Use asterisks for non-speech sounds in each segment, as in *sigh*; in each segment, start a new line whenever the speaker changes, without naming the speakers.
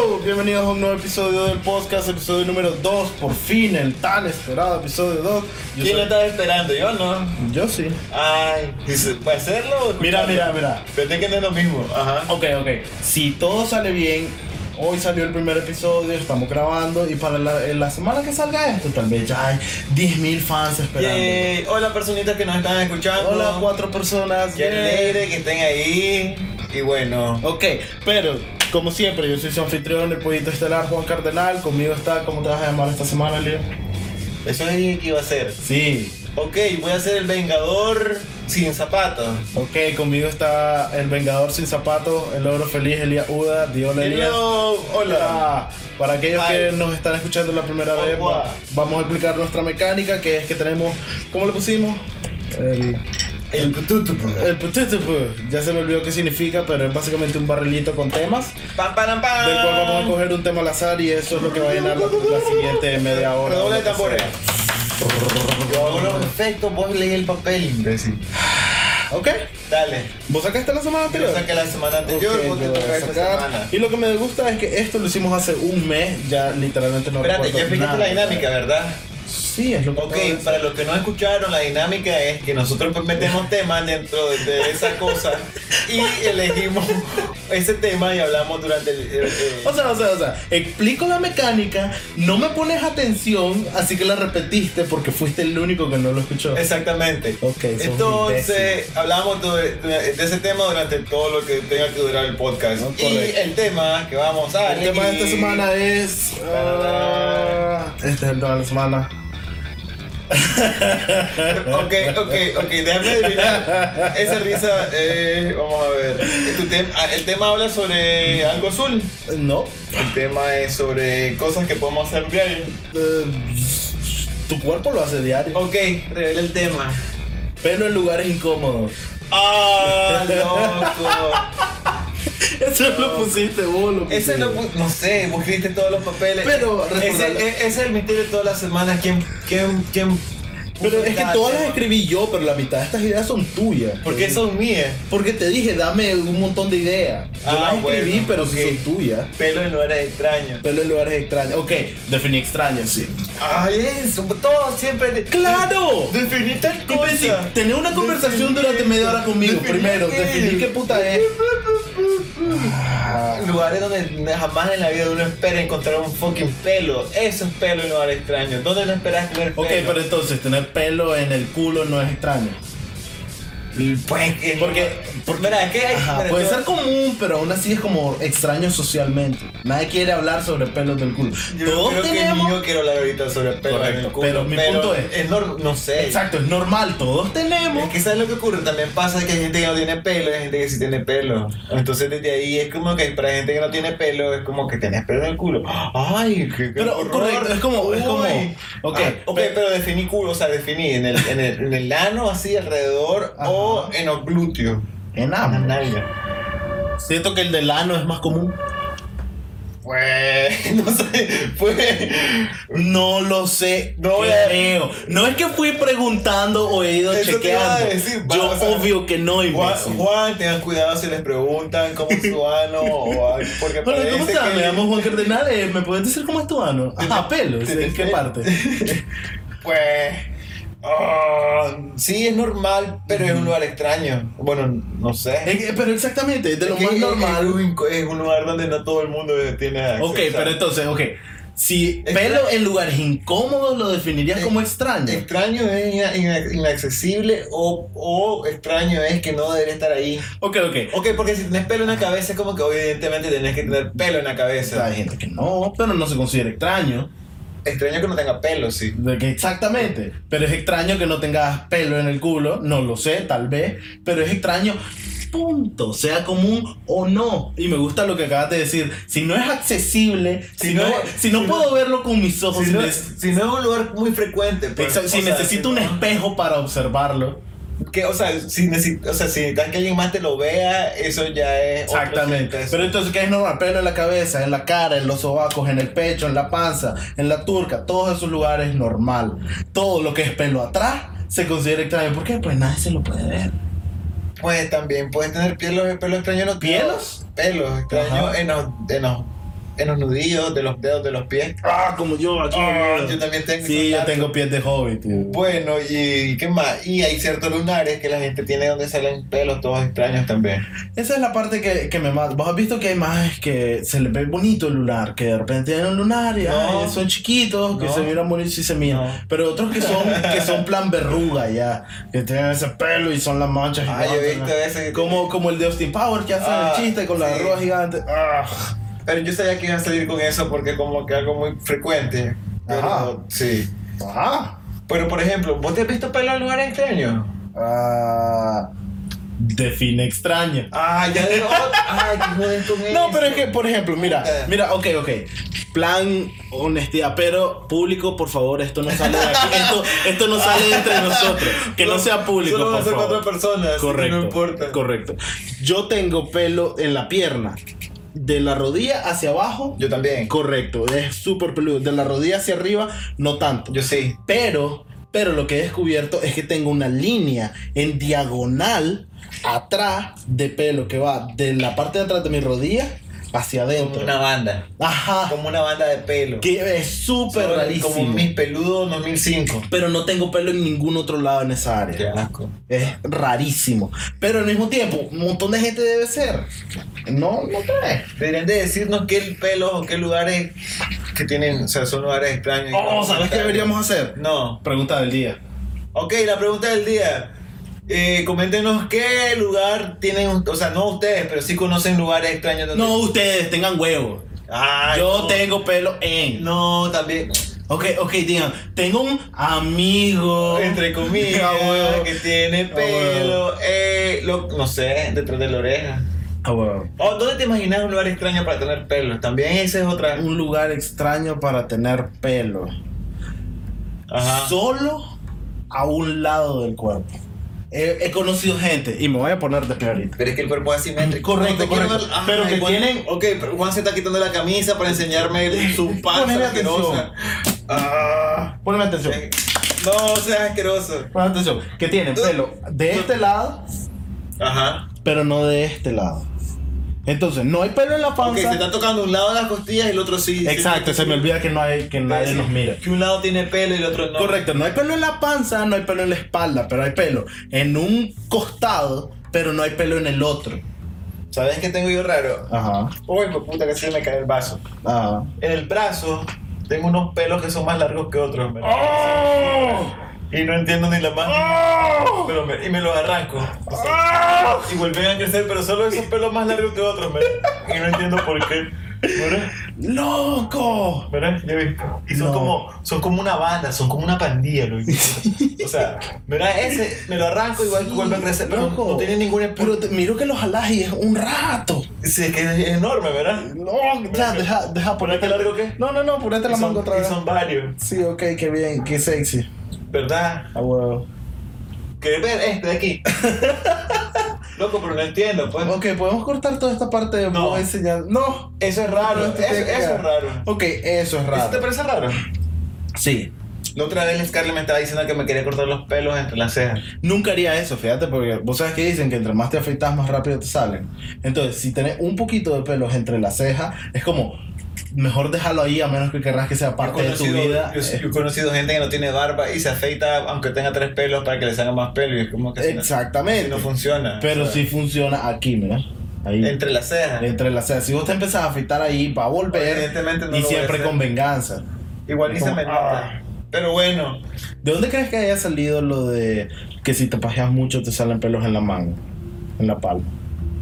a un nuevo episodio del podcast, episodio número 2, por fin, el tan esperado episodio 2. Yo,
¿Quién lo
soy-
estaba esperando? Yo no.
yo sí.
Ay, dice, ¿para hacerlo? o
Mira, mira,
escucharlo?
mira.
Pensé que no es lo mismo. Ajá.
Ok, ok. Si todo sale bien, hoy salió el primer episodio, estamos grabando y para la, en la semana que salga esto, tal vez ya hay 10.000 fans esperando.
Yay. Eh, Hola, personitas que nos están escuchando.
Hola, cuatro personas.
Qué
Yay.
alegre que estén ahí. Y bueno,
Ok, pero como siempre, yo soy su anfitrión del Pollito Estelar, Juan Cardenal. Conmigo está, ¿cómo te vas a llamar esta semana, Leo?
eso es lo que iba a ser.
Sí.
Ok, voy a ser el vengador sin zapatos.
Ok, conmigo está el Vengador sin zapatos, el logro feliz, Elías Uda, Diola Elías.
Hello, hola.
Hola. Para aquellos que
Hi.
nos están escuchando la primera vez,
Hola.
va- vamos a explicar nuestra mecánica, que es que tenemos, ¿cómo le pusimos? El,
El tututu.
el pututupu. ya se me olvidó qué significa, pero es básicamente un barrilito con temas,
Pam, pam, pam.
del cual vamos
Ah.
a coger un tema al azar y eso es lo que va a llenar la, la siguiente media hora.
Redoble
o
de
lo que
tambores.
sea.
Yo hago lo perfecto, vos leí el papel, imbécil.
Ok,
Dale.
¿vos sacaste la semana
Yo
anterior?
saqué la semana anterior
Ok,
porque
yo voy a
toca esta
sacar.
semana.
Y lo que me gusta es que esto lo hicimos hace un mes, ya literalmente no
Espérate,
recuerdo
ya
nada.
explicaste la dinámica, ¿verdad?
Sí, es lo que
Ok,
acabo de decir.
para los que no escucharon, la dinámica es que nosotros pues metemos temas dentro de- de esa cosa y elegimos ese tema y hablamos durante el... el- el-
O sea, o sea, o sea, explico la mecánica, no me pones atención, así que la repetiste porque fuiste el único que no lo escuchó.
Exactamente.
Ok, sos un
Entonces, hablamos de, de- de ese tema durante todo lo que tenga que durar el podcast.
No,
y
correcto.
el tema que vamos a
El tema de esta
elegir-
semana es. ah, este es el tema de la semana.
Ok, ok, ok, déjame adivinar. Esa risa, eh, vamos a ver. Tu tem- ah, el tema habla sobre algo azul.
No.
El tema es sobre cosas que podemos hacer diario.
eh, tu cuerpo lo hace diario,
Ok, revela el tema.
pero en lugares incómodos. *laughs*
*laughs* ¡Ah, loco!
Eso lo pusiste vos, lo pusiste.
Ese no, pu- no sé, vos escribiste todos los papeles.
Pero,
ese,
recordalo.
e- ese es el misterio de todas las semanas. ¿Quién, quién, quién?
Pero es que
cada
todas
tema?
las escribí yo, pero la mitad de estas ideas son tuyas.
¿Por qué son mías?
Porque te dije, dame un montón de ideas. Yo
Ah,
las escribí,
bueno,
pero
ok.
sí son tuyas.
Pelo en lugares extraños.
Pero en lugares extraños. Ok, definí extraños, sí.
Ay, eso, todo siempre.
¡Claro!
Definir tal
Y pensé,
cosa.
tener una conversación
Definir
durante media hora conmigo.
definir
Primero,
qué.
definir qué puta es. Ah,
Lugares donde jamás en la vida uno espera encontrar un fucking pelo. Eso es pelo en lugar extraño. ¿Dónde no esperas ver pelo?
Ok, pero entonces, tener pelo en el culo no es extraño.
Pues que-
Porque- porque-
Mira, es que hay.
Ajá,
mira,
puede
yo-
ser común, pero aún así es como extraño socialmente. Nadie quiere hablar sobre pelos del culo.
Yo
Todos
creo
tenemos.
que yo quiero hablar ahorita sobre el pelo
Correcto,
en el culo,
pero mi punto es-
nor- no sé.
Exacto, es normal, todos tenemos.
Es que sabes lo que ocurre, también pasa que hay gente que no tiene pelo y hay gente que sí tiene pelo. Entonces desde ahí es como que para gente que no tiene pelo es como que tenés pelo en el culo. Ay, qué, qué
Pero,
horror.
correcto, es como- es como-
Uy.
ok,
Ah, ok,
pe-
pero definí culo, o sea, definí en el, en el, en el ano así alrededor
Ajá. Ah,
o en los glúteos. En la
Enano.
nalga.
Siento que el del ano es más común.
Pues, *laughs* no sé, pues.
No lo sé,
No,
creo. No es que fui preguntando o he ido
Eso te iba a
chequeando.
decir, va,
Yo
o sea,
obvio que no, imbécil.
Juan, Juan, tengan cuidado si les preguntan cómo es su ano o algo, porque
Bueno,
parece
¿cómo estás?
que-
Me llamo Juan Cardenales. ¿Me puedes decir cómo es tu
*laughs*
ano? Ajá, pelos.
te-
¿En qué
te-
parte?
Pues. ah, sí, es normal, pero es un lugar extraño. Bueno, no sé.
Es que- Pero exactamente, es de lo
Es que
más
es-
normal.
Es un, es un lugar donde no todo el mundo tiene acceso.
Ok, pero entonces, ok. Si
Extra-
pelo en lugares incómodos lo
Eh,
definirías como extraño.
Extraño es ina- ina- inaccesible o, o extraño es que no debería estar ahí.
Ok, ok.
Ok, porque si tenés pelo en la cabeza es como que evidentemente tenés que tener pelo en la cabeza.
Hay gente que no, pero no se considera extraño.
Extraño que no tenga pelo, sí.
De que exactamente. Pero es extraño que no tengas pelo en el culo. No lo sé, tal vez. Pero es extraño. Punto. Sea común o no. Y me gusta lo que acabas de decir. Si no es accesible, si,
Si
no,
no-
si no
si
puedo
no-
verlo con mis ojos,
Si
si,
no,
ne-
si no es un lugar muy frecuente. pues,
exa-
o
Pues, si
sea,
necesito
si
un
no-
espejo para observarlo.
Que, o sea, si necesitas, o sea, si necesitas que alguien más te lo vea, eso ya es. otro
Exactamente.
contexto.
Pero entonces, ¿qué es normal? Pelo en la cabeza, en la cara, en los sobacos, en el pecho, en la panza, en la turca, todos esos lugares normal. Todo lo que es pelo atrás se considera extraño. ¿Por qué? Pues nadie se lo puede ver.
Pues también puedes tener pielos, pelos extraños en los
¿Pielos?
Pelos extraños
Ajá.
en los, en los en los nudillos, de los dedos, de los pies.
Ah, como yo, aquí.
Ah, yo también tengo.
sí,
esos
yo
datos.
tengo pies de hobbit. tío.
Bueno, y qué más. Y hay ciertos lunares que la gente tiene donde salen pelos todos extraños también.
Esa es la parte que, que me mata. Vos has visto que hay más que se les ve bonito el lunar, que de repente tienen un lunar y
No.
ay, son chiquitos, que
No.
se miran bonitos y se miran.
No.
Pero otros que son, que
*laughs*
son plan verruga ya, que tienen ese pelo y son las manchas
Ah, yo he
gigantes,
visto
¿no?
ese. que-
Como, como el de Austin Power que hace
Ah,
el chiste con la
sí.
arruga gigante. Ah.
Pero yo sabía que iba a salir con eso porque es como que algo muy frecuente. Pero,
Ajá.
sí.
Ah.
Pero por ejemplo, ¿vos te has visto pelos en lugares extraños?
Ah. Define extraño.
Ah, ya de Ay, qué joden con
No,
eso.
pero es que, por ejemplo, mira,
Puta.
mira, ok, ok. Plan honestidad, pero público, por favor, esto no sale de aquí. Esto, esto no sale de entre nosotros. Que no sea público,
Solo van
por
a ser cuatro
favor.
personas. así que
Correcto.
No importa.
Correcto. Yo tengo pelo en la pierna. De la rodilla hacia abajo.
Yo también.
Correcto. Es súper peludo. De la rodilla hacia arriba, no tanto.
Yo sí.
Pero, pero lo que he descubierto es que tengo una línea en diagonal atrás de pelo que va de la parte de atrás de mi rodilla hacia
Como
adentro.
una banda.
Ajá.
Como una banda de pelo.
Que es súper
Solo Como
rarísimo.
mis peludos 2005.
Pero no tengo pelo en ningún otro lado en esa área.
Qué asco.
Es rarísimo. Pero al mismo tiempo, un montón de gente debe ser. No, no crees.
Deberían de decirnos qué pelos o qué lugares que tienen, o sea, son lugares extraños.
Oh, ¿sabes qué deberíamos hacer?
No.
Pregunta del día.
Ok, la pregunta del día. Eh, coméntenos qué lugar tienen, o sea, no ustedes, pero sí conocen lugares extraños. donde-
No, ustedes tengan huevo.
Ay,
Yo
no.
tengo pelo en.
No, también.
Ok, ok, digan, tengo un amigo. *laughs*
Entre comillas,
Ah, huevo.
que tiene
Ah,
pelo, eh, lo- no sé, detrás de la oreja.
Ah, huevo.
Oh, ¿Dónde te imaginas un lugar extraño para tener pelo? También esa es otra.
Un lugar extraño para tener pelo.
Ajá.
Solo a un lado del cuerpo. He, he conocido gente y me voy a poner de pie ahorita.
Pero es que el cuerpo es asimétrico.
Correcto,
No te quiero
correcto.
dar-
Pero
Ay,
que
Juan-
tienen-
Ok, pero Juan se está quitando la camisa para enseñarme el- su
*laughs*
panza
Ponele
asquerosa.
atención.
Ah,
Ponme atención.
eh, no seas asqueroso.
Ponme atención. Que tienen pelo de este lado,
Ajá.
pero no de este lado. Entonces, no hay pelo en la
Ok, se
panza.
está tocando un lado de las costillas y el otro sí.
Exacto, se me olvida que no hay que nadie nos mira.
Que un lado tiene pelo y el otro no.
Correcto, no hay pelo en la panza, no hay pelo en la espalda, pero hay pelo en un costado, pero no hay pelo en el otro.
¿Sabes qué tengo yo raro?
Ajá,
Uy, pues puta, que se me cae el vaso.
ajá.
En el brazo tengo unos pelos que son más largos que otros, ¿verdad?
¡Oh!
Y no entiendo ni la mano. Pero me- y me los arranco. O sea,
¡Oh!
y vuelven a crecer, pero solo esos pelos más largos que otros, ¿verdad? Y no entiendo por qué. ¿Verdad?
¡Loco!
¿Verdad? Ya ves. Y son,
No.
como, son como una banda, son como una pandilla, *laughs* loco. O sea, ¿verdad? Ese me lo arranco igual que vuelve a crecer, pero
Loco.
no tiene ningún
Pero
espuro.
te- miro que los alas y es un rato.
Sí, es que es enorme, ¿verdad?
No, ya, deja, deja ponerte
¿Ponerte largo qué?
No, no, no, ponete
Y
la
son-
manga otra
y
vez.
son varios,
Sí, ok, qué bien, qué sexy.
¿verdad?
A huevo.
Que ver este de *laughs* aquí. Loco, pero no entiendo, pues.
Ok, podemos cortar toda esta parte de
No.
voy enseñando. No.
Eso es raro,
Pero
eso,
este tiene que
eso es
quedar.
raro. Este,
Ok, eso es
¿Eso te
raro.
parece Oh, raro?
Sí.
La otra vez Scarlett me estaba diciendo que me quería cortar los pelos entre las cejas.
Nunca haría eso, fíjate, porque vos sabes que dicen que entre más te afeitas, más rápido te salen. Entonces, si tenés un poquito de pelos entre las cejas, es como, mejor déjalo ahí a menos que querrás que sea parte
Yo he
de tu
conocido-
vida. eh.
Yo, yo he conocido gente que no tiene barba y se afeita aunque tenga tres pelos para que le salga más pelo y es como que si no- si
Exactamente.
no, funciona.
Pero
O sea,
sí funciona aquí, mira. Ahí. Entre,
Entre las cejas.
las cejas. Si vos te empezás a afeitar ahí, va a volver.
Evidentemente no lo
y
voy a
siempre
hacer.
con venganza.
Igual ni se
como-
me nota.
ah.
Pero bueno,
¿De dónde crees que haya salido lo de que si te pajeas mucho te salen pelos en la mano? En la palma.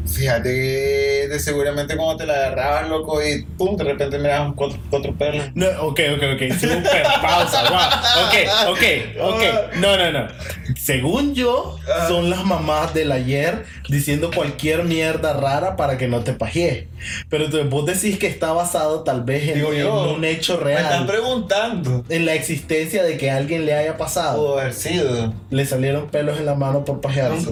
fíjate que de seguramente cuando te la agarrabas, loco, y pum, de repente me daban cuatro, cuatro pelos.
No, ok, ok, ok. Super
*laughs*
pausa. Wow. Ok, ok, ok. No, no, no. Según yo,
Ah.
son las mamás del ayer diciendo cualquier mierda rara para que no te pajees. Pero te- vos decís que está basado tal vez en,
Digo yo,
en un hecho
Me están
real.
preguntando.
En la existencia de que a alguien le haya pasado.
Pudo haber sido.
Le salieron pelos en la mano por pajearse.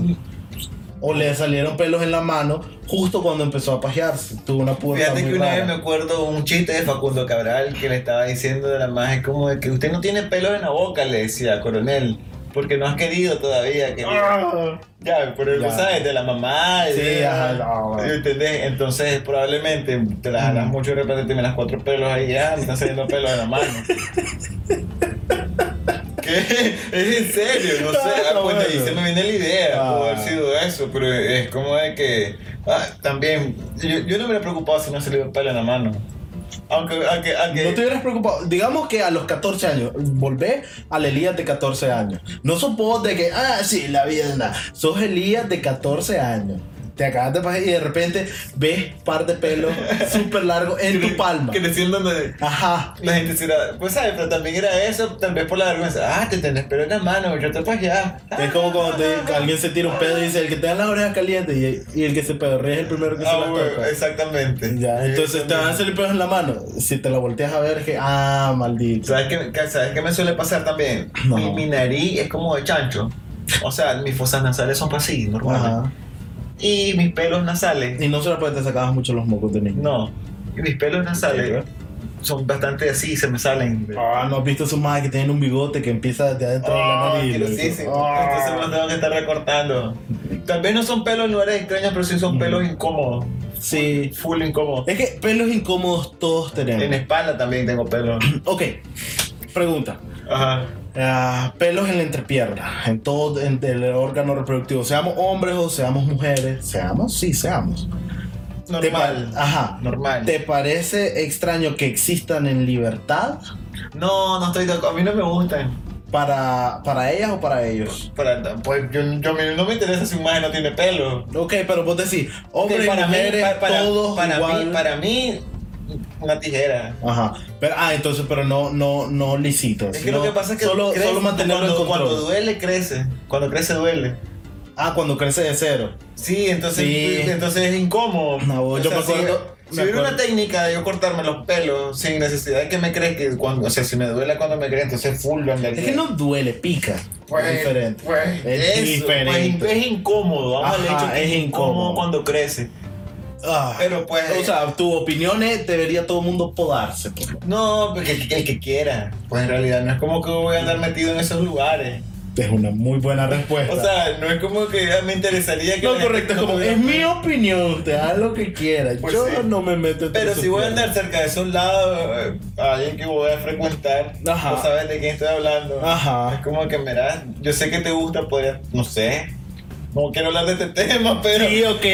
O le salieron pelos en la mano justo cuando empezó a pajearse. Tuvo una pubertad
Fíjate que
muy
una
rara.
vez me acuerdo un chiste de Facundo Cabral que le estaba diciendo de la magia como de que usted no tiene pelos en la boca, le decía coronel. Porque no has querido todavía. Que...
Ah.
Ya, por el
Ya.
¿sabes? De la mamá. y
Sí,
de-
ajá, no, bueno.
¿Entendés? Entonces, probablemente te las jalas mucho y de repente te las cuatro pelos ahí, ya, me están saliendo pelos de
*laughs*
la mano. ¿Qué? Es en serio, no sé.
Ah,
Ah, pues de ahí
bueno.
se me viene la idea,
Ah.
pudo haber sido eso, pero es como de que. Ah, también. Yo, yo no me hubiera preocupado si no se le iba el pelo en la mano. Aunque. aunque, aunque
No te hubieras preocupado. Digamos que a los 14 años, volvé al Elías de 14 años. No soporte de que, ah, sí, la vida es nada. Sos Elías de 14 años. Te acabas de pasar y de repente ves par de
*laughs*
pelos súper largos en tu palma.
Que te sientan de.
Ajá.
La gente se era, pues sabes, pero también era eso, tal vez por la vergüenza. Ah, te tenés pelo en la mano, yo te Ah. ya.
Es como cuando te- alguien se tira un pedo y dice, el que te da las orejas calientes y, y el que se pedorrea es el primero que se
Ah, este,
las
bueno,
toca.
exactamente.
Ya, entonces te van a
Exactamente.
salir pelos en la mano. Si te la volteas a ver, es que, ah, maldito.
¿Sabes qué, qué- ¿Sabes qué me suele pasar también?
*clears throat* No.
Mi, mi nariz es como de chancho. O sea, mis fosas nasales son así, normal.
Ajá.
Y mis pelos nasales,
Y no se la puede te sacabas mucho los mocos de niño.
no. Y mis pelos nasales son bastante así, se me salen. de-
Ah, no has visto su madre que tienen un bigote que empieza desde adentro
Ah,
de la nariz.
asquerosísimo.
Ah.
Entonces me los tengo que estar recortando. Tal vez no son pelos en lugares extraños, pero sí son pelos incómodos.
Sí.
Full incómodo.
Es que pelos incómodos todos
En
tenemos.
espalda también tengo pelos.
Ok, pregunta.
Ajá.
Ah, pelos en la entrepierna, en todo en el órgano reproductivo, seamos hombres o seamos mujeres, seamos, sí, seamos. Te pa-
Normal.
Ajá.
Normal.
¿Te parece extraño que existan en libertad
No, no estoy de acuerdo. A mí no me gustan.
para, para ellas o para ellos?
Para, pues yo, yo me- no me interesa si un maje no tiene pelo.
Ok, pero vos decís, hombres
Que
y mujeres,
pa- para,
todos
para
igual.
mí, para mí, una tijera.
Ajá. Pero, ah, entonces, pero no, no, no licito.
Es que
sino
lo que pasa es que
solo,
crece-
solo mantenerlo
cuando,
en control.
cuando duele, crece. Cuando crece, duele.
ah, cuando crece de cero.
Sí, entonces,
Sí.
entonces es incómodo.
No, yo me acuerdo-
Si,
me
hubiera una
acuerdo.
técnica de yo cortarme los pelos sin necesidad de que me crezca, cuando, o sea, si me duele cuando me crezca, entonces full lo andaría.
Es que no duele, pica.
Pues,
es diferente.
pues,
Es
eso,
diferente.
pues, es incómodo. Vamos
Ajá,
al hecho que
es
es
incómodo.
incómodo cuando crece.
Ah,
Pero pues.
o sea, tu opinión es, debería todo el mundo podarse. pues.
no, porque el, el que quiera. Pues en realidad no es como que voy a andar metido en esos lugares.
Es una muy buena respuesta.
O sea, no es como que ah, me interesaría que.
lo
la gente
correcto es como,
tuviera-
es mi opinión, usted haz lo que quiera.
Pues
Yo
sí.
no me meto en
Pero
tus
si voy a
opiniones.
andar cerca de esos lados, eh, a alguien que voy a frecuentar,
Ajá.
no sabes de quién estoy hablando. Es
Ajá.
como que, mira, yo sé que te gusta, podría, no sé. No quiero hablar de este *laughs* tema, pero.
Sí, ok,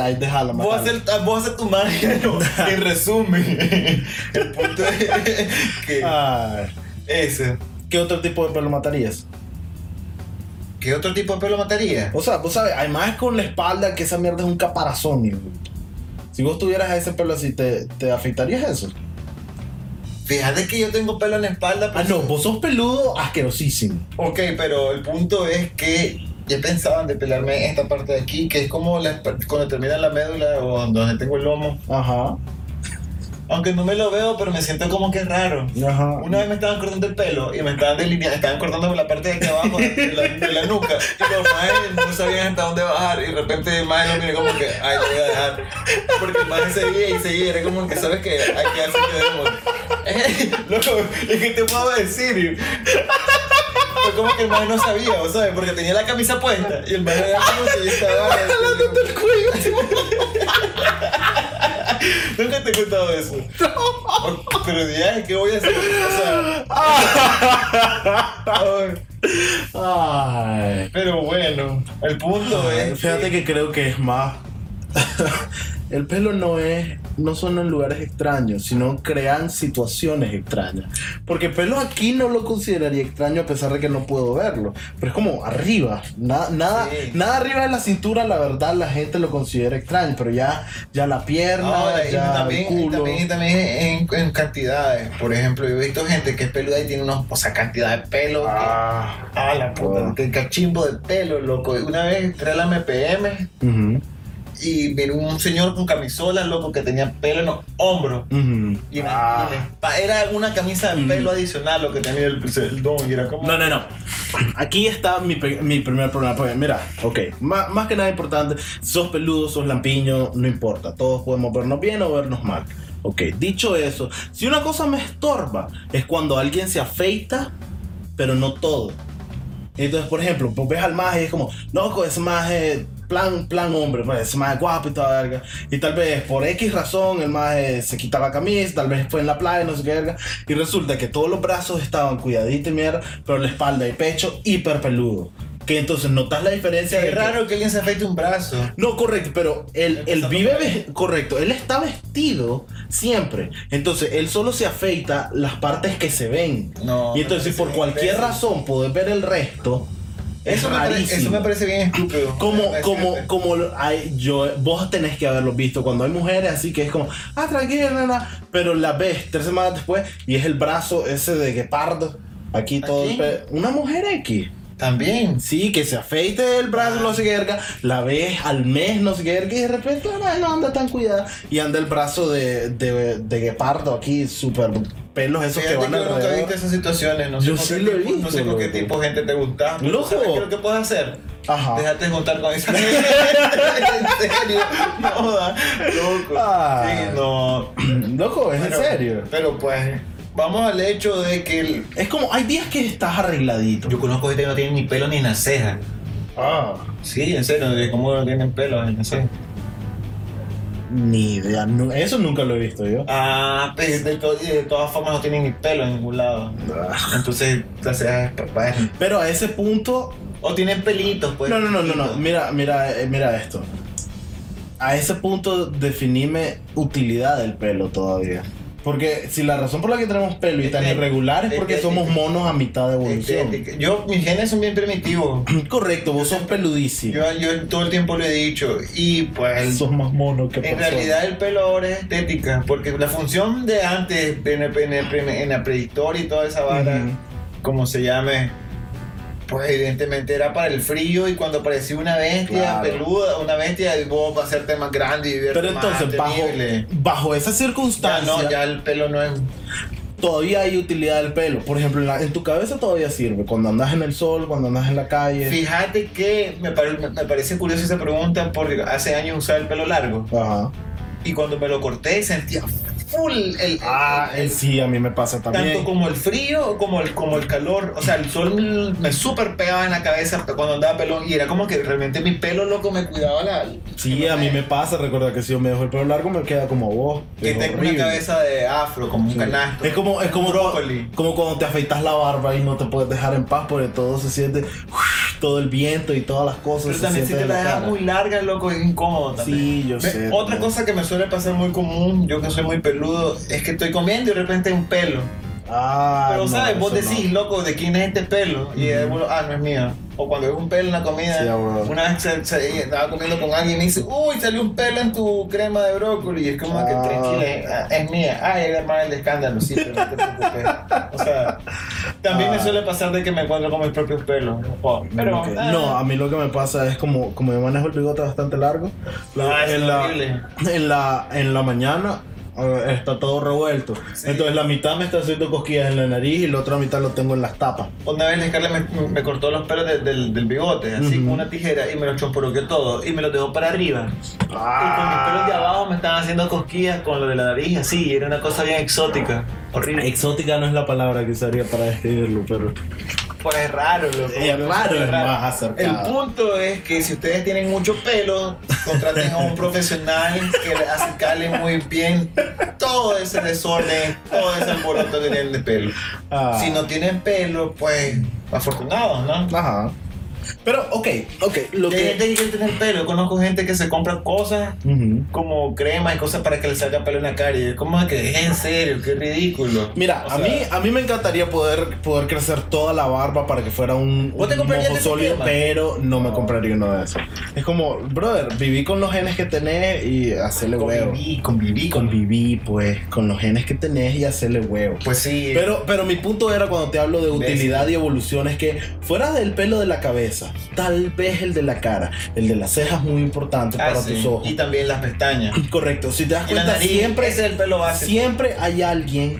ahí déjala
Vos
matarla.
haces vos haces tu magia,
*laughs*
¿no? en resumen. El punto es que
Ah. Ay,
ese.
¿Qué otro tipo de pelo matarías?
¿Qué otro tipo de pelo mataría?
O sea, vos sabes, además con la espalda que esa mierda es un caparazón. hijo. Si vos tuvieras ese pelo así, ¿te, te afeitarías eso?
Fíjate que yo tengo pelo en la espalda.
Ah,
pues-
no, vos sos peludo asquerosísimo.
Ok, pero el punto es que ya pensaban de pelarme esta parte de aquí, que es como la esp- cuando termina la médula o donde tengo el lomo.
Ajá,
Aunque no me lo veo, pero me siento como que raro.
ajá. *laughs*
Una vez me estaban cortando el pelo y me estaban delineando, estaban cortando la parte de aquí abajo de la, de la nuca. Y los maes no sabían hasta dónde bajar. Y de repente el maes lo miró como que, ay, lo voy a dejar. Porque el maes seguía y seguía. Era como que, ¿sabes qué? Hay que hacer que demos. Eh, *laughs* Loco, ¿y qué te puedo decir? Fue como que el maes no sabía, ¿o ¿sabes? Porque tenía la camisa puesta. Y el maes era como
*laughs*
que estaba.
el cuello.
Nunca te he contado eso. Pero ya, ¿qué voy a hacer? O sea. *laughs* ay.
Ay.
Pero bueno, el punto es.
Fíjate que creo que es más. *laughs* El pelo no es, no son en lugares extraños, sino crean situaciones extrañas. Porque pelo aquí no lo consideraría extraño a pesar de que no puedo verlo. Pero es como arriba, nada, nada,
Sí.
nada arriba de la cintura, la verdad la gente lo considera extraño. Pero ya, ya la pierna,
Ahora, y
ya
también,
el
y
culo.
también, y también en, en cantidades. Por ejemplo, yo he visto gente que es peluda y tiene unos, o sea, cantidad de pelo. que-
Ah.
ah, la puta,
Ah.
que cachimbo de pelo, loco. Una vez entré a la MPM
Ujú,
y vino un señor con camisola, loco, que tenía pelo en los hombros.
ujú.
Y en-
Ah. Mm.
y en la espa- era una camisa de pelo adicional lo que tenía el, pues, el don. Y era como.
No, no, no. Aquí está mi, pe- mi primer problema. Porque mira, ok, má- más que nada importante, sos peludo, sos lampiño, no importa. Todos podemos vernos bien o vernos mal. Ok, dicho eso, si una cosa me estorba es cuando alguien se afeita, pero no todo. Entonces, por ejemplo, pues ves al maje y es como, loco, es maje plan, plan hombre, pues, es maje guapo y toda verga. Y tal vez por X razón el maje se quita la camisa, tal vez fue en la playa, no sé qué verga. Y resulta que todos los brazos estaban cuidaditos y mierda, pero la espalda y pecho hiper peludo. Que entonces notas la diferencia de
Es
que-
raro que alguien se afeite un brazo.
no, correcto, pero él,
Él
él
está
vive,
tocando.
ve- correcto, él está vestido siempre. Entonces, él solo se afeita las partes que se ven.
No,
y
me
entonces, si
parece
por
bien
cualquier
imbécil.
razón podés ver el resto,
Eso me, pare- eso me parece bien estúpido.
como,
Para
como,
decirte.
como lo- hay- yo, vos tenés que haberlo visto cuando hay mujeres así que es como, ah, tranquila, nena", pero la ves tres semanas después y es el brazo ese de guepardo, aquí todo, el
¿Aquí?
pe- una mujer X.
También.
Sí, que se afeite el brazo, no sé qué verga, la ves al mes, no sé qué verga, y de repente "Ay, no anda tan cuidada. Y anda el brazo de, de, de guepardo aquí, súper pelos esos
Fíjate
que
que
van
yo nunca he visto
alrededor.
esas situaciones. No
Yo
sé
sí
con qué
lo he
tipo-
visto,
No sé con qué
loco.
tipo de gente te gusta. pero
Loco. Ah.
¿Sabes qué es lo que puedes hacer?
Ajá.
Déjate juntar
*laughs*
con esa gente. en serio. No, joda. loco.
Ah.
Sí, no.
*clears throat* Loco, es
Pero-
en serio.
Pero pues, vamos al hecho de que el-
Es como, hay días que estás arregladito.
yo conozco gente que no tiene ni pelo ni en la ceja.
Ah.
Sí, en serio, de cómo no tienen pelo en la ceja.
Ni idea, nu- eso nunca lo he visto yo.
Ah, pues de, to- y de todas formas no tienen ni pelo en ningún lado.
Ah.
Entonces, la ceja es papá.
Pero a ese punto,
O tienen pelitos, pues.
No, no, no, no, no.
poquito.
Mira, mira, eh, mira esto. A ese punto definime utilidad del pelo todavía. Porque si la razón por la que tenemos pelo y tan
Es que-
irregular es
es
porque
que-
somos monos a mitad de
Eh,
evolución.
eh, Yo, mis genes son bien primitivos.
*clears throat* Correcto, vos sos peludísimo.
Yo, yo todo el tiempo lo he dicho. Y pues,
Sos más mono que
en
persona.
realidad el pelo ahora es estética. Porque la función de antes, en, el- en el- en la prehistoria y toda esa vara,
Ujú.
como se llame, pues evidentemente era para el frío. Y cuando aparecía una bestia
Claro.
peluda, una bestia, vos vas a hacerte más grande y verte
Pero
más
entonces, bajo,
temible.
bajo esa
Ya,
circunstancia,
no, ya el pelo no es.
todavía hay utilidad del pelo. Por ejemplo, en, la- en tu cabeza todavía sirve. Cuando andas en el sol, cuando andas en la calle.
Fíjate que me, pare- me- me parece curiosa esa pregunta porque hace años usaba el pelo largo.
Ajá.
Y cuando me lo corté sentía full el, el-
Ah, eh, sí, a mí me pasa también.
tanto como el frío como el, como el calor. O sea, el sol me súper pegaba en la cabeza cuando andaba pelón y era como que realmente mi pelo loco me cuidaba la...
Sí, a mí me pasa, recuerda que si yo me dejo el pelo largo me queda como vos.
Que
es
tengo una
horrible.
cabeza de afro, como un
Sí.
canasto.
Es como, es como,
brócoli.
como cuando te afeitas la barba y no te puedes dejar en paz porque todo se siente, *laughs* todo el viento y todas las cosas
Pero
se
también si
siente
te
en
la
la
dejas
cara.
muy larga, loco, es incómodo también.
Sí, yo
Ve,
sé.
Otra
también.
cosa que me suele pasar muy común, yo que soy muy peludo, es que estoy comiendo y de repente un pelo.
Ah,
Pero,
no,
¿sabes? Vos
eso no.
decís, loco, ¿de quién es este pelo? Y
Ujú.
el bueno, ah, no es mío. O cuando ves un pelo en la comida,
Sí, ah, bueno.
una vez se- se- estaba comiendo con alguien y me dice, uy, salió un pelo en tu crema de brócoli. Y es como que,
Ah.
tranquila, es, ah, es mía. Ay, era hermana el escándalo, sí, pero no te preocupes. O sea, también
Ah.
me suele pasar de que me encuentro con mis propios pelos. Oh, pero,
Ok.
ah,
No, a mí lo que me pasa es como, como yo manejo el bigote bastante largo, la-
Ah, es
en, la,
horrible.
en, la, en la mañana eh, está todo revuelto.
Sí.
Entonces la mitad me está haciendo cosquillas en la nariz y la otra mitad lo tengo en las tapas.
Una vez Scarlett me, me cortó los pelos de- del, del bigote, así
Ujú.
con una tijera, y me los chomporoqueó todo, y me los dejó para arriba. Y con mis pelos de
Ah.
abajo me estaban haciendo cosquillas con lo de la nariz, así, y era una cosa bien exótica, horrible.
Exótica no es la palabra que usaría para describirlo, pero.
Pues es raro, loco.
Es raro, es más
El
acercado.
punto es que si ustedes tienen mucho pelo, contraten a un profesional que le acicale muy bien todo ese desorden, todo ese alboroto que tienen de pelo.
Ah.
Si no tienen pelo, pues afortunados, ¿no?
Ajá. Pero, ok, ok. Lo
Hay
que.
gente que quiere tener pelo. Yo conozco gente que se compra cosas
Ujú.
como crema y cosas para que le salga pelo en la cara. Y es como que es en serio, qué ridículo.
Mira,
O
a,
sea,
mí, a mí me encantaría poder, poder crecer toda la barba para que fuera un,
¿Vos te
un
comprarías
mojo
de ese
sólido,
crema?
pero no me
No.
compraría uno de esos. Es como, brother, viví con los genes que tenés y hacerle huevo.
Conviví, conviví, conviví.
Conviví, pues, con los genes que tenés y hacerle huevo.
Pues sí.
Pero, pero mi punto era cuando te hablo de
¿Ves?
utilidad y evolución, es que fuera del pelo de la cabeza, tal vez el de la cara, el de las cejas es muy importante
Ah,
para
sí.
tus ojos.
Y también las pestañas.
Correcto, si te das
Y la
cuenta,
nariz. Siempre
siempre,
es el pelo base.
siempre hay alguien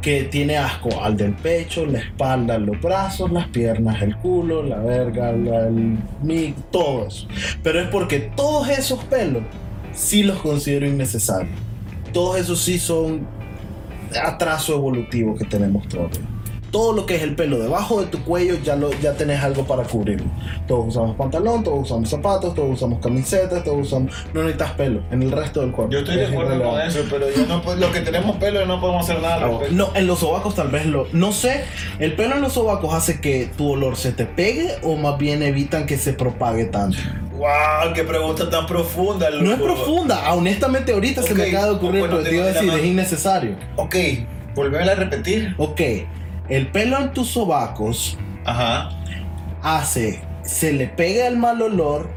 que tiene asco al del pecho, la espalda, los brazos, las piernas, el culo, la verga, la- el mi, todos. Pero es porque todos esos pelos sí los considero innecesarios. Todos esos sí son atraso evolutivo que tenemos todos. todo lo que es el pelo debajo de tu cuello ya, lo, ya tenés algo para cubrirlo. Todos usamos pantalón, todos usamos zapatos, todos usamos camisetas, todos usamos... No necesitas pelo en el resto del cuerpo.
Yo estoy de
Es
acuerdo con
irrelevante.
eso, pero yo no, puedo- los que tenemos pelo no podemos hacer nada. al respecto.
No, en los sobacos tal vez lo... No sé, el pelo en los sobacos hace que tu olor se te pegue o más bien evitan que se propague tanto.
Wow, qué pregunta tan profunda. Loco.
No es profunda, ah, honestamente ahorita se me
Ok,
acaba de ocurrir,
bueno,
pero te
te
iba a
doy la
decir,
mano.
es innecesario.
Ok, volvémela a repetir.
Ok, el pelo en tus sobacos
Ajá.
hace, se le pega el mal olor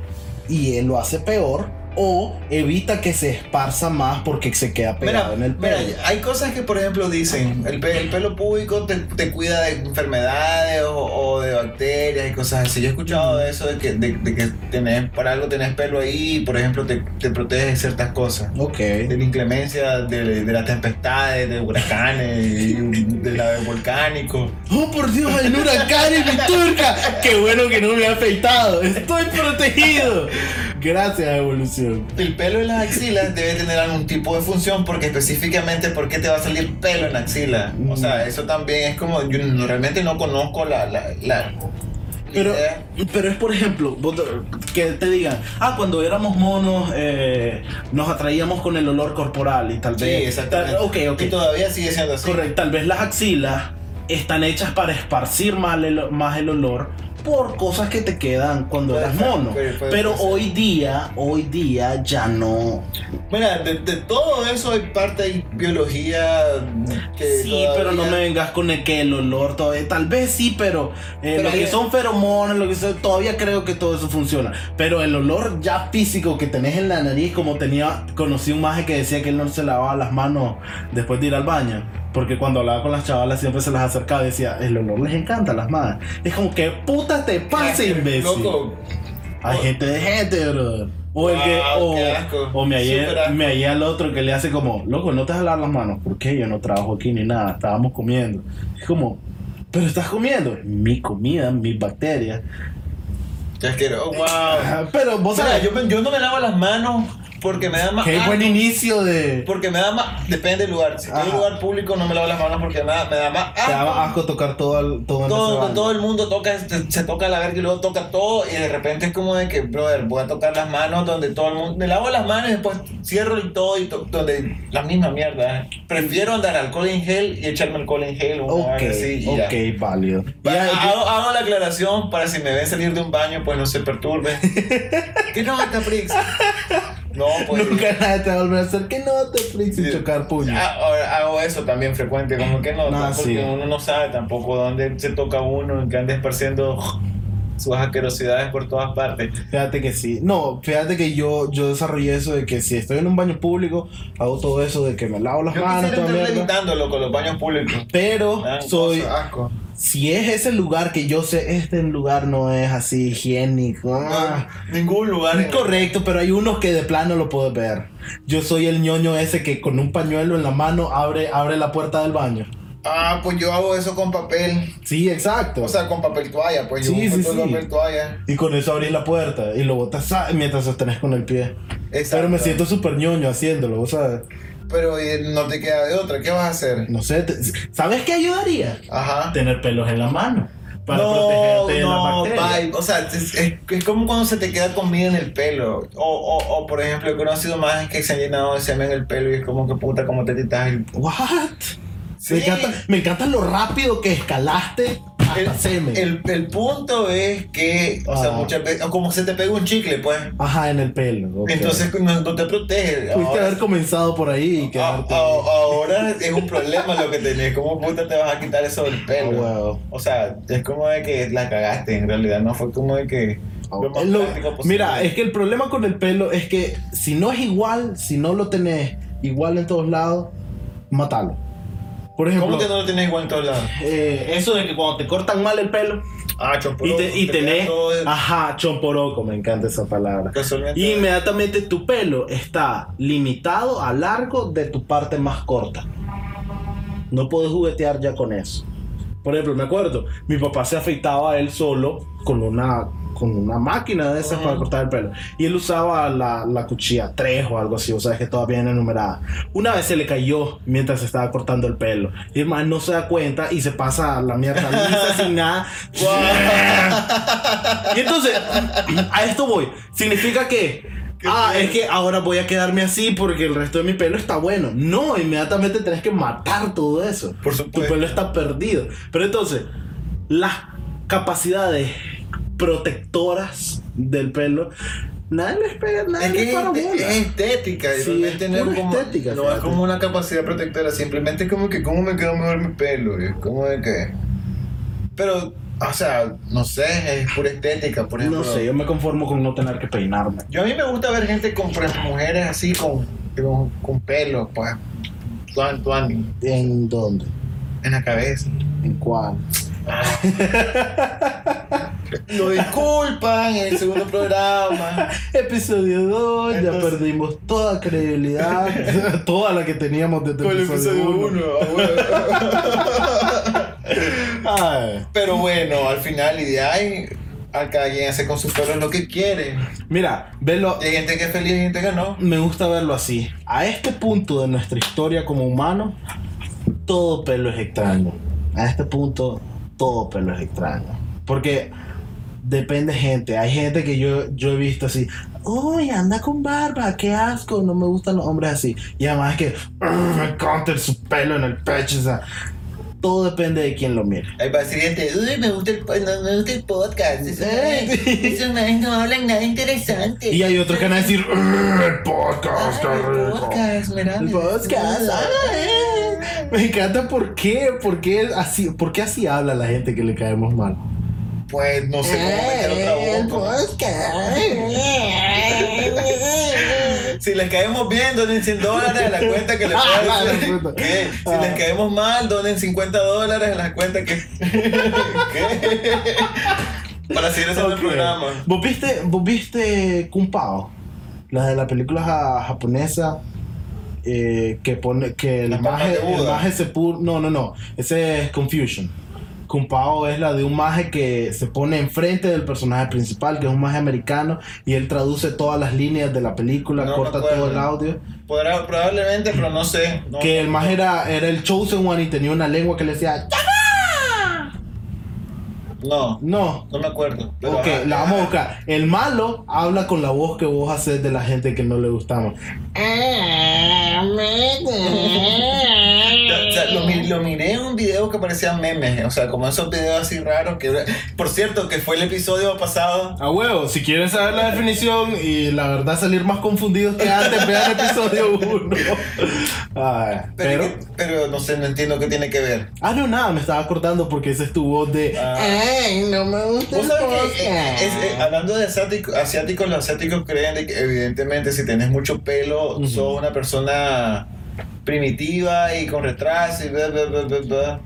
y él lo hace peor, o evita que se esparza más porque se queda
Mira,
pegado en el
mira,
pelo.
hay cosas que, por ejemplo, dicen: el, pe- el pelo público te, te cuida de enfermedades o, o de bacterias y cosas así. Yo he escuchado de eso de que, de, de que tenés, para algo tenés pelo ahí y, por ejemplo, te, te protege de ciertas cosas.
ok,
de la inclemencia, de, de las tempestades, de huracanes, y de la de volcánico.
Oh, por Dios, hay un huracán en mi turca. Qué bueno que no me ha afeitado. Estoy protegido. Gracias, evolución.
El pelo en las axilas debe tener algún tipo de función porque específicamente por qué te va a salir pelo en la axila. O sea, eso también es como, yo no- realmente no conozco la... la, la
Pero,
idea.
pero es por ejemplo, vos te- que te digan, ah, cuando éramos monos eh, nos atraíamos con el olor corporal y tal
Sí,
vez.
exactamente.
tal- ok, ok.
Y todavía sigue siendo así.
Correcto, tal vez las axilas están hechas para esparcir más el, más el olor por cosas que te quedan cuando
Puede
eras
ser,
mono.
puede- puede
Pero
ser.
hoy día, hoy día ya no.
Mira, de, de todo eso hay parte de biología que
sí, pero no
todavía-
me vengas con el que el olor todavía. Tal vez sí, pero, eh,
Pero
lo que
hay-
son feromonas, lo que son, todavía creo que todo eso funciona. Pero el olor ya físico que tenés en la nariz, como tenía, conocí un maje que decía que él no se lavaba las manos después de ir al baño. Porque cuando hablaba con las chavalas siempre se las acercaba y decía, el olor les encanta a las madres. Es como que puta te pasa, imbécil.
Loco,
Hay gente de gente, bro. O el que.
Ah,
o,
Oh. qué asco.
o me hallé,
Súper asco.
me hallé al otro que le hace como, loco, no te vas a lavar las manos. ¿Por qué? Yo no trabajo aquí ni nada. Estábamos comiendo. Es como, pero estás comiendo. Mi comida, mis bacterias.
ya quiero, oh, wow.
Ajá, Pero vos
Mira,
sabés,
yo, me- yo no me lavo las manos porque me da más.
qué
asco,
buen inicio de.
Porque me da más. Depende del lugar. Si estoy en
Ajá.
un lugar público, no me lavo las manos porque me da, me da más.
Te
asco.
daba asco tocar todo el. Todo, en ese
Todo,
baño.
todo el mundo toca, se, se toca la verga y luego toca todo. Y de repente es como de que, brother, voy a tocar las manos donde todo el mundo. Me lavo las manos y después cierro y todo. Y to- donde la misma mierda. eh. Prefiero andar alcohol en gel y echarme alcohol en gel. o una
Ok,
vaina así, y ya.
ok, válido.
Pa-
Ya,
hago, hago la aclaración para si me ven salir de un baño, pues no
*laughs*
se perturbe. ¿Qué no, Caprix? No,
*laughs*
pues.
nunca nadie te va a volver a hacer que no te fricks y
Sí.
chocar puños.
Ah, ahora hago eso también frecuente, como que no,
Ah, sí.
porque uno no sabe tampoco dónde se toca uno, en que anda esparciendo sus asquerosidades por todas partes.
Fíjate que sí. No, fíjate que yo, yo desarrollé eso de que si estoy en un baño público, hago todo eso de que me lavo las
Yo
manos,
quisiera
toda
estar
mierda.
evitándolo con los baños públicos.
Pero
Me dan
soy,
Ah, cosa, asco.
si es ese lugar que yo sé, este lugar no es así higiénico. ah,
No, ningún lugar. en-
es correcto, pero hay unos que de plano lo puedo ver. Yo soy el ñoño ese que con un pañuelo en la mano abre, abre la puerta del baño.
Ah, pues yo hago eso con papel.
Sí, exacto.
O sea, con papel toalla, pues
Sí,
yo
sí,
con
sí.
papel toalla.
y con eso abrís la puerta y lo botas ah, mientras sostenés con el pie. Pero me
Exacto.
siento súper ñoño haciéndolo, o sea,
Pero eh, no te queda de otra, ¿qué vas a hacer?
no sé, te- ¿sabes qué ayudaría?
Ajá.
tener pelos en la mano para
no,
protegerte de la
no,
bacteria.
bye. O sea, es, es- es como cuando se te queda comida en el pelo. O, o, o, por ejemplo, he conocido más que se han llenado de semen en el pelo y es como que puta, como te quitas el.
What?
Sí.
Me, encanta, me encanta lo rápido que escalaste hasta
El,
semen.
el, el punto es que, o sea,
Ah.
muchas veces, o como se te pega un chicle, pues.
Ajá, en el pelo. ok.
Entonces no, no te protege.
Pudiste
Ahora- Oh,
haber comenzado por ahí y
a-
quedarte.
a- ahora es un problema lo que tenés. ¿Cómo puta te vas a quitar eso del pelo?
Ah, wow.
O sea, es como de que la cagaste en realidad. No fue como de que. oh, lo más
Es lo-
práctico posible.
mira, es que el problema con el pelo es que si no es igual, si no lo tenés igual en todos lados, matalo. Por ejemplo,
¿Cómo que no lo tenés igual en todos lados?
eh, eso de que cuando te cortan mal el pelo
Ah, chompo.
y, te, y tenés. Ajá, chomporoco, me encanta esa palabra.
Casualmente.
Y inmediatamente tu pelo está limitado a largo de tu parte más corta. No puedes juguetear ya con eso. Por ejemplo, me acuerdo, mi papá se afeitaba él solo con una, con una máquina de esas para cortar el pelo. Y él usaba la, la cuchilla 3 o algo así, o sea, que todavía no enumerada. Una vez se le cayó mientras se estaba cortando el pelo. Y el man no se da cuenta y se pasa la mierda lisa *laughs* sin nada. y entonces, a esto voy. Significa que. Ah, es que ahora voy a quedarme así porque el resto de mi pelo está bueno. No, inmediatamente tenés que matar todo eso.
Por
Tu
supuesto.
pelo está perdido. Pero entonces, las capacidades protectoras del pelo, nadie les pega, nadie
Es
les
que es, este-
para
es
bola.
estética, y
Sí,
realmente
es
no
pura
es como,
estética,
no
fíjate.
es como una capacidad protectora, simplemente es como que cómo me quedó mejor mi pelo, y es como de que... Pero, o sea, no sé, es pura estética, por ejemplo.
No sé, yo me conformo con no tener que peinarme.
Yo a mí me gusta ver gente con por ejemplo, mujeres así, con, con, con pelo, pues, tuan, tuan,
¿En dónde?
en la cabeza.
¿En cuál?
Lo disculpan en el segundo
*laughs*
programa.
Episodio 2, ya
Entonces-
perdimos toda credibilidad, *laughs* toda la que teníamos desde
Con el episodio ah, 1.
Ay.
Pero bueno, al final, y de ahí, a cada quien hace con sus pelos lo que quiere.
Mira, velo,
Y hay gente que es feliz y hay gente que no.
me gusta verlo así. A este punto de nuestra historia como humanos, todo pelo es extraño. A este punto, todo pelo es extraño. Porque depende gente. Hay gente que yo, yo he visto así, uy, anda con barba, qué asco, no me gustan los hombres así. Y además es que, "Ugh, me encanta el- su pelo en el pecho. O sea, todo depende de quién lo mire.
Ahí va el siguiente, uy, me gusta el, po- no, me gusta el podcast. Eso,
Sí.
eso no, no hablan nada interesante.
Eh. Y hay otros que van a decir, "Ugh, el podcast, qué
Ay, el
rico".
podcast, ¿verdad?
El
*laughs*
podcast. Ah, eh. ay, me encanta por qué, por qué así, por qué así habla la gente que le caemos mal.
Pues no sé cómo meter
Eh,
otra boca.
*laughs*
Si les caemos bien, donen 100 dólares a la
*laughs*
cuenta que les
Ah, la
puede
puta.
¿Qué? Si
Ah.
les caemos mal, donen 50 dólares a la cuenta que. *laughs* ¿Qué? Para seguir haciendo
Ok.
el programa.
¿Vos viste, vos viste Kung Pao? La de la película ja- japonesa eh, que pone que el
Las papas
maje,
de Buda.
el maje se pu- no, no, no, ese es Confusion. Kung Pao es la de un maje que se pone enfrente del personaje principal, que es un maje americano, y él traduce todas las líneas de la película,
No me
corta
acuerdo.
todo el audio.
Podrá, probablemente, pero no sé. No.
Que el más era, era el chosen one y tenía una lengua que le decía "Ya".
No,
No.
no me acuerdo. pero ah,
Ok,
ajá.
la vamos a buscar. El malo habla con la voz que vos haces de la gente que no le gustamos.
O sea, lo, mi- lo miré en un video que parecía memes, o sea, como esos videos así raros que... Por cierto, que fue el episodio pasado.
A huevo, si quieren saber la definición y la verdad salir más confundidos que antes, vean episodio 1.
Pero,
Pero.
pero no sé, no entiendo qué tiene que ver.
Ah, no, nada, me estaba cortando porque esa es tu voz de.
Ah. ¿Vos sabés que, eh, es- eh, hablando de asiático- asiáticos, los asiáticos creen de que evidentemente si tenés mucho pelo,
Ujú.
sos una persona primitiva y con retraso y bla, bla, bla, bla, bla.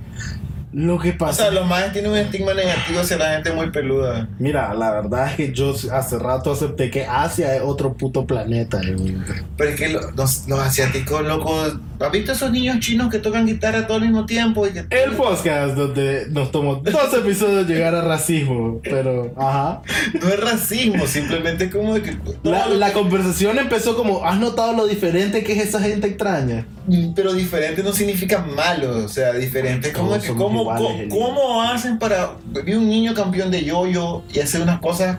Lo que
O
pasa.
sea, los más tienen un estigma negativo hacia la gente muy peluda.
Mira, la verdad es que yo hace rato acepté que Asia es otro puto planeta. eh, güey.
Pero es que lo- los, los asiáticos, locos, ¿has visto esos niños chinos que tocan guitarra todo al mismo tiempo? Y que,
El podcast donde nos tomó dos episodios llegar a racismo, pero ajá.
*laughs* no es racismo, simplemente es como de que. todo
La,
lo
la conversación empezó como, ¿has notado lo diferente que es esa gente extraña?
que- pero diferente no significa malo, o sea, diferente es como
Todos
de que.
somos
¿cómo,
iguales,
cómo-
Eli.
cómo hacen para. Vi un niño campeón de yoyo y hacer unas cosas.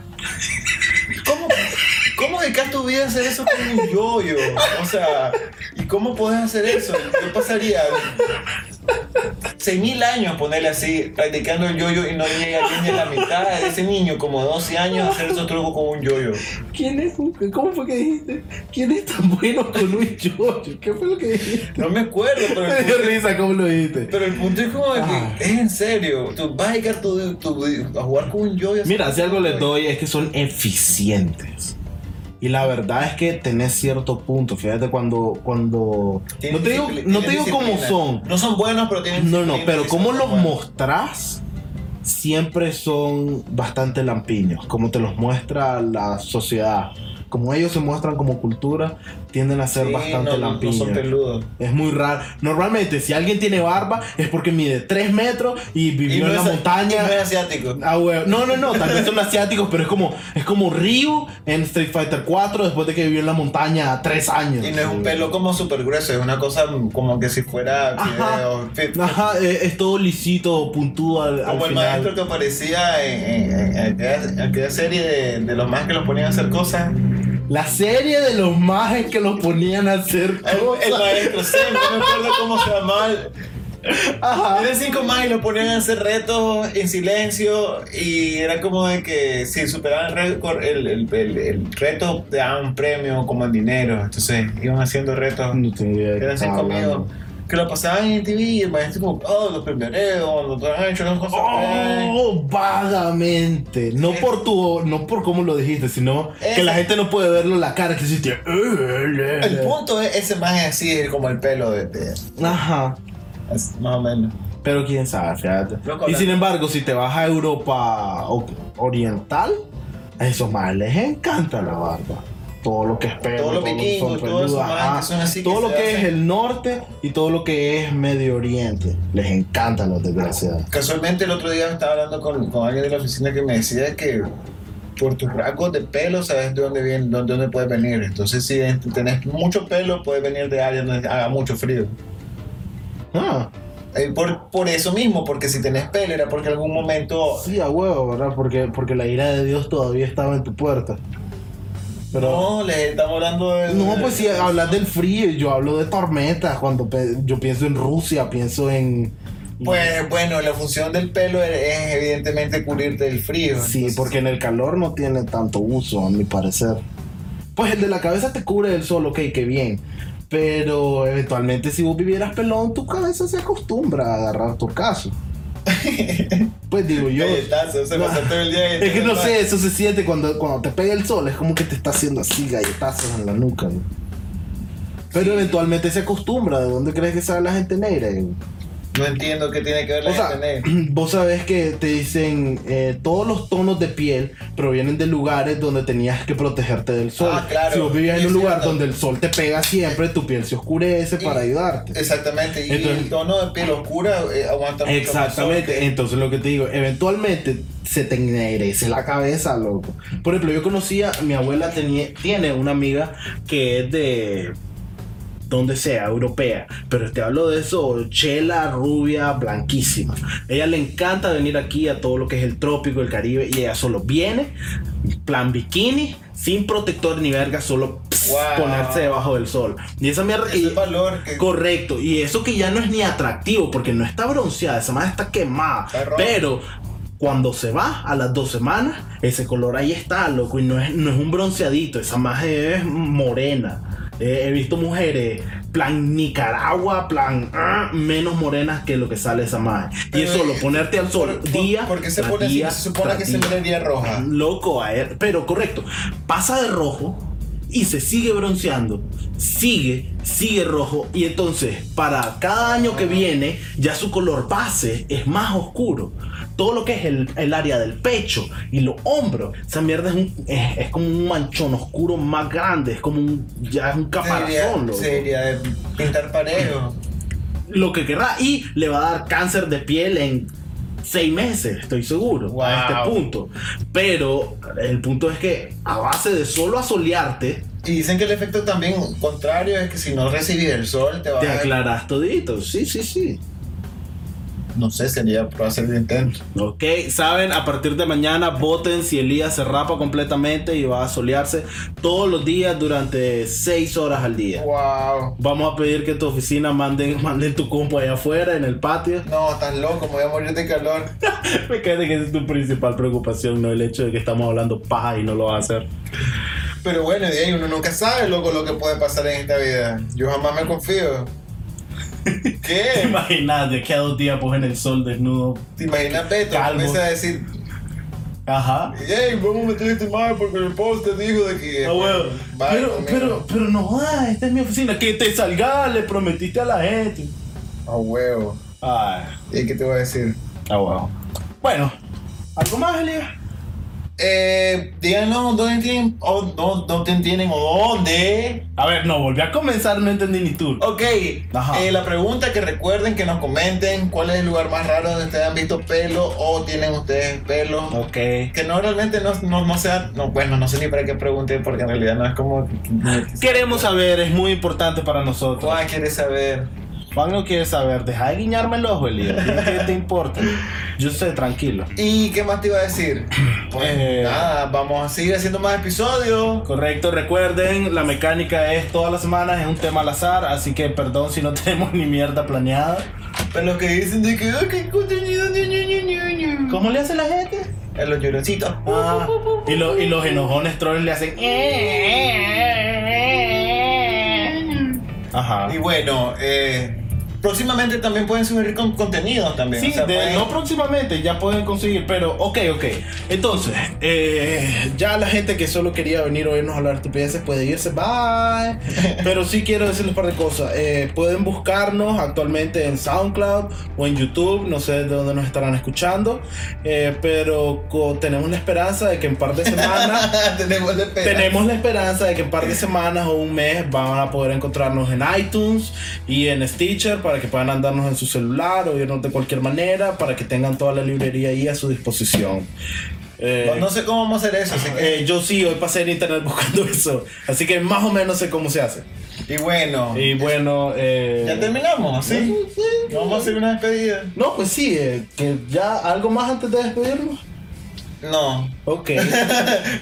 ¿Cómo, ¿Cómo dedicas tu vida a hacer eso con un yoyo? O sea, ¿y cómo puedes hacer eso? ¿Qué pasaría? 6.000 años, ponerle así, practicando el yoyo y no llega ni a la mitad de ese niño, como 12 años, hacer esos trucos con un yoyo.
¿Quién es? un- ¿Cómo fue que dijiste? ¿Quién es tan bueno con un yo? ¿Qué fue lo que dijiste?
No me acuerdo, pero
Me
el
dio
punto,
risa cómo lo dijiste.
pero el punto es como de
Ah.
que es en serio. Tú vas a dedicar tu, tu- a jugar con un yoyo.
Mira, si algo les
doy
doy es que son eficientes. Y la verdad es que tenés cierto punto. Fíjate cuando. cuando no te digo, no te digo cómo son.
No son buenos, pero tienen.
No, no,
disciplina
pero
y
como
son
los
buenos.
mostrás, siempre son bastante lampiños, como te los muestra la sociedad. Como ellos se muestran como cultura, tienden a ser
Sí,
bastante
no, no, no
lampiños.
son peludos.
Es muy raro. Normalmente, si alguien tiene barba, es porque mide 3 metros y vivió
Y no
en la
es- y
montaña.
no es asiático.
Ah, huevo. No, no, no, tal vez son asiáticos, pero es como, es como Ryu en Street Fighter 4 después de que vivió en la montaña 3 años.
Y no es un pelo como súper grueso, es una cosa como que si fuera
Ajá.
fideo, fi-
Ajá, e, es, es todo lisito, puntúo al, al
como el
final.
maestro que aparecía en, en- en aquella, aquella serie de, de los más que los ponían a hacer cosas.
La serie de los majes que los ponían a
*laughs*
hacer
El, el
cosas.
maestro, sí, no me acuerdo cómo se llamaba.
Ajá.
Eran cinco más y lo ponían a hacer retos en silencio y era como de que si superaban el, récord, el, el- el- el reto te daban un premio como en dinero. Entonces iban haciendo retos.
No tengo Ah, idea de qué
Eran
Mm, estaba
cinco
hablando.
amigos que lo pasaban en TV y el maestro como, oh, los primeros, cuando te han hecho las cosas. que-
Oh, vagamente. No por tu, no por cómo lo dijiste, sino que
Ese-
la gente no puede verlo la cara que hiciste.
El punto es, ese más es así, es como el pelo de... de-
Ajá.
es más o menos.
Pero quién sabe, fíjate.
Loco,
y
la-
sin embargo, si te vas a Europa o- oriental, a esos más les encanta la barba. Todo lo que es pelo,
Todo lo
que
vikingo,
son
todo eso,
peludos,
man,
ajá.
que son así que
Todo lo
se
que es
hacen.
el norte y todo lo que es Medio Oriente. Les encantan los desgraciados.
Casualmente el otro día estaba hablando con, con alguien de la oficina que me decía que por tus rasgos de pelo sabes de dónde viene, dónde, dónde puedes venir. Entonces si en- tenés mucho pelo puedes venir de áreas donde haga mucho frío.
Ah,
Eh, por, por eso mismo, porque si tenés pelo era porque en algún momento...
sí, a huevo, ¿verdad? Porque, porque la ira de Dios todavía estaba en tu puerta. Pero.
No, les estamos hablando de...
No, pues si hablas del frío, yo hablo de tormentas. Cuando pe- yo pienso en Rusia, pienso en.
Pues bueno, la función del pelo es, es evidentemente cubrirte del frío.
Sí,
Entonces,
porque en el calor no tiene tanto uso, a mi parecer. Pues el de la cabeza te cubre del sol, ok, qué bien. Pero eventualmente si vos vivieras pelón, tu cabeza se acostumbra a agarrar tu caso. Pues digo yo.
Galletazo, se pasó todo el día
*laughs* Es que no sé, eso se siente cuando, cuando te pega el sol, es como que te está haciendo así galletazos en la nuca. ¿no? Pero eventualmente se acostumbra, ¿de dónde crees que sabe la gente negra? güey?
No entiendo qué tiene que ver la
O sea,
gente negra.
*clears throat* Vos sabés que te dicen eh, todos los tonos de piel provienen de lugares donde tenías que protegerte del sol.
Ah, claro.
Si vos vivías en
Es
un lugar
cierto.
donde el sol te pega siempre, tu piel se oscurece
Y-
para ayudarte.
Exactamente, y
Entonces-
el tono de piel oscura eh, aguanta mucho
Exactamente,
más sol
entonces lo que te digo, eventualmente se te ennegrece la cabeza, loco. Por ejemplo, yo conocía, mi abuela tenía, tiene una amiga que es de donde sea, europea, pero te hablo de eso, chela, rubia, blanquísima. Ella le encanta venir aquí a todo lo que es el trópico, el Caribe, y ella solo viene, plan bikini, sin protector ni verga, solo pss,
Wow.
ponerse debajo del sol. Y esa mierda...
que- Ese
y-
es valor que
Correcto, y eso que ya no es ni atractivo porque no está bronceada, esa madre está quemada.
Está roja.
Pero cuando se va a las dos semanas, ese color ahí está, loco, y no es, no es un bronceadito, esa madre es morena. Eh, he visto mujeres, plan Nicaragua, plan ah, menos morenas que lo que sale esa madre. Y
Pero,
es solo ponerte al sol
Por- por-
día.
¿Por qué se
tras
pone así?
día,
Se supone
tras
que se
día.
miraría roja.
Loco, a él, pero correcto. Pasa de rojo y se sigue bronceando. Sigue, sigue rojo. Y entonces, para cada año que viene, ya su color base es más oscuro. Todo lo que es el, el área del pecho y los hombros, esa mierda es, un- es, es como un manchón oscuro más grande. Es como un, ya es un
Sería,
caparazón. loco.
sería de pintar parejo.
Lo que querrá y le va a dar cáncer de piel en seis meses, estoy seguro, a este
Wow.
punto. Pero el punto es que a base de solo asolearte,
Y dicen que el efecto también contrario es que si no recibís el sol te va
te
a...
aclaras todito. Sí, sí, sí.
No sé, sería para hacer el intento.
Ok, saben, a partir de mañana voten si Elías se rapa completamente y va a solearse todos los días durante seis horas al día.
Wow.
Vamos a pedir que tu oficina manden, manden tu compu allá afuera, en el patio.
No, tan loco, me voy a morir de calor.
*laughs* Me cae de que esa es tu principal preocupación, no el hecho de que estamos hablando paja y no lo va a hacer.
Pero bueno, de ahí uno nunca sabe, loco, lo que puede pasar en esta vida. Yo jamás me
*laughs*
confío.
¿Te
¿Qué?
imaginas de que a dos días pues en el sol desnudo?
¿Te imaginas Beto?
Calvo.
Comienza a decir,
Ajá.
hey, vamos a meter este mal porque el post te dijo de que...
Ah, huevo.
Vale,
pero,
conmigo.
pero, pero no jodas, esta es mi oficina. Que te salgas, le prometiste a la gente.
A huevo.
Ay,
¿Y qué te voy a decir?
ah, wow. Bueno, ¿algo más, Elías?
eh, díganos dónde tienen, o no, dónde tienen o dónde.
A ver, no, volví a comenzar, no entendí ni tú.
Ok,
Ajá.
eh, la pregunta que recuerden que nos comenten cuál es el lugar más raro donde ustedes han visto pelo o tienen ustedes pelo.
Ok.
Que no realmente no, no, no sea, no, bueno, no sé ni para qué pregunten porque en realidad no es como...
Queremos saber, es muy importante para nosotros.
Juan quiere saber.
Juan no quiere saber, deja de guiñarme el ojo, Elías. Dime ¿Qué te importa? Yo sé, tranquilo.
¿Y qué más te iba
*clears throat*
a decir? Pues
Eh.
nada, vamos a seguir haciendo más episodios.
Correcto, recuerden, la mecánica es todas las semanas, es un tema al azar, así que perdón si no *laughs* tenemos ni mierda planeada.
Pero los que dicen de que, "Ay, qué contenido, ñu, ñu, ñu, ñu, ñu".
¿Cómo le hace la gente?
A los lloroncitos.
Ah, y, los- y los enojones trolls le hacen... eh, Ajá.
Y bueno, eh, próximamente también pueden sugerir con contenidos también.
Sí,
o sea,
de-
pueden-
no próximamente, ya pueden conseguir, pero ok, ok. Entonces, eh, ya la gente que solo quería venir a oírnos hablar estupideces puede irse,
*laughs*
bye. pero sí quiero decirles un par de cosas. Eh, pueden buscarnos actualmente en SoundCloud o en YouTube, no sé de dónde nos estarán escuchando, eh, pero co- tenemos la esperanza de que en par de
*laughs*
semanas...
*laughs* tenemos de pena.
Tenemos la esperanza de que en par de semanas o un mes van a poder encontrarnos en iTunes y en Stitcher para que puedan andarnos en su celular o irnos de cualquier manera para que tengan toda la librería ahí a su disposición. Eh,
No, no sé cómo vamos a hacer eso. así que-
eh, yo sí, hoy pasé en internet buscando *laughs* eso, así que más o menos sé cómo se hace.
y bueno,
Y bueno, eh,
ya terminamos, ¿sí? Vamos a hacer una despedida.
no, pues sí, eh, que ya algo más antes de despedirnos.
No, *laughs*
Ok.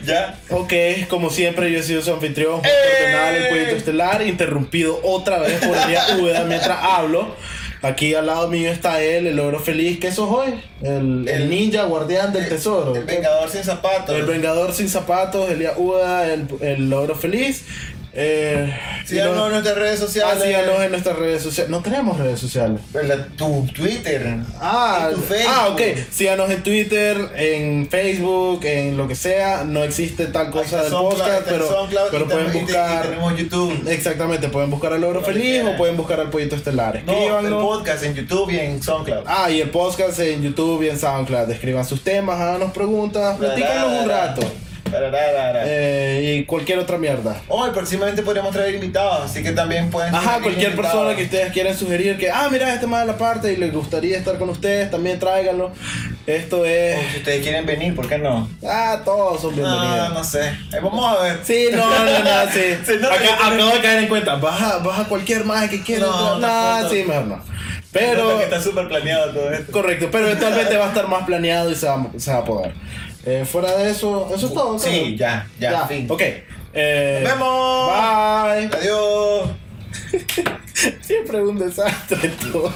ya.
Ok, como siempre, yo he sido su anfitrión, Juan Cardenal, el Proyecto Estelar, interrumpido otra vez por
*laughs*
Elías Úbeda mientras hablo. Aquí al lado mío está él, el ogro feliz, que sos hoy, el, el
El-
ninja guardián del tesoro.
El
¿ok?
Vengador sin zapatos.
El vengador sin zapatos, Elías Úbeda, el, el ogro feliz. Eh,
Síganos en nuestras redes
ah,
sociales.
síganos en nuestras redes sociales. No tenemos redes sociales.
En la- tu Twitter.
Ah,
En tu Facebook.
ah, ok. Síganos en Twitter, en Facebook, en lo que sea. No existe tal cosa del
SoundCloud,
podcast,
está en
pero,
SoundCloud y
pero
te-
pueden
y te- y
buscar.
tenemos YouTube.
Exactamente, pueden buscar al Logro
Lo que
Feliz
quieran.
o pueden buscar al Pollito Estelar.
No, el
Escríbanlo.
podcast en YouTube y en SoundCloud.
ah, y el podcast en YouTube y en SoundCloud. Escriban sus temas, háganos preguntas, pues platícanos un rato.
Tararara.
Eh, y cualquier otra mierda.
Hoy próximamente podríamos traer invitados, así que también pueden.
Ajá,
sugerir
cualquier
invitados.
persona que ustedes quieran sugerir que, ah, mira, este más de la parte y les gustaría estar con ustedes, también tráiganlo. Esto es.
O si ustedes quieren venir, ¿por qué no? Ah,
Ah, todos son bienvenidos.
Oh. No, no sé. Ahí vamos a ver.
Sí, no, no, no, sí.
*laughs* Sí, no,
Acá-
no, no.
acabo de caer en cuenta. Baja, baja cualquier maje que quiera.
No,
No,
tampoco.
sí, mejor no.
Nota
Pero,
que está súper planeado todo esto.
correcto, pero eventualmente va a estar más planeado y se va, se va a poder. Eh, fuera de eso, eso es todo.
Sí,
creo.
ya, ya, fin.
Ok. Eh,
Nos vemos.
Bye. *laughs*
Adiós.
Siempre un desastre todo.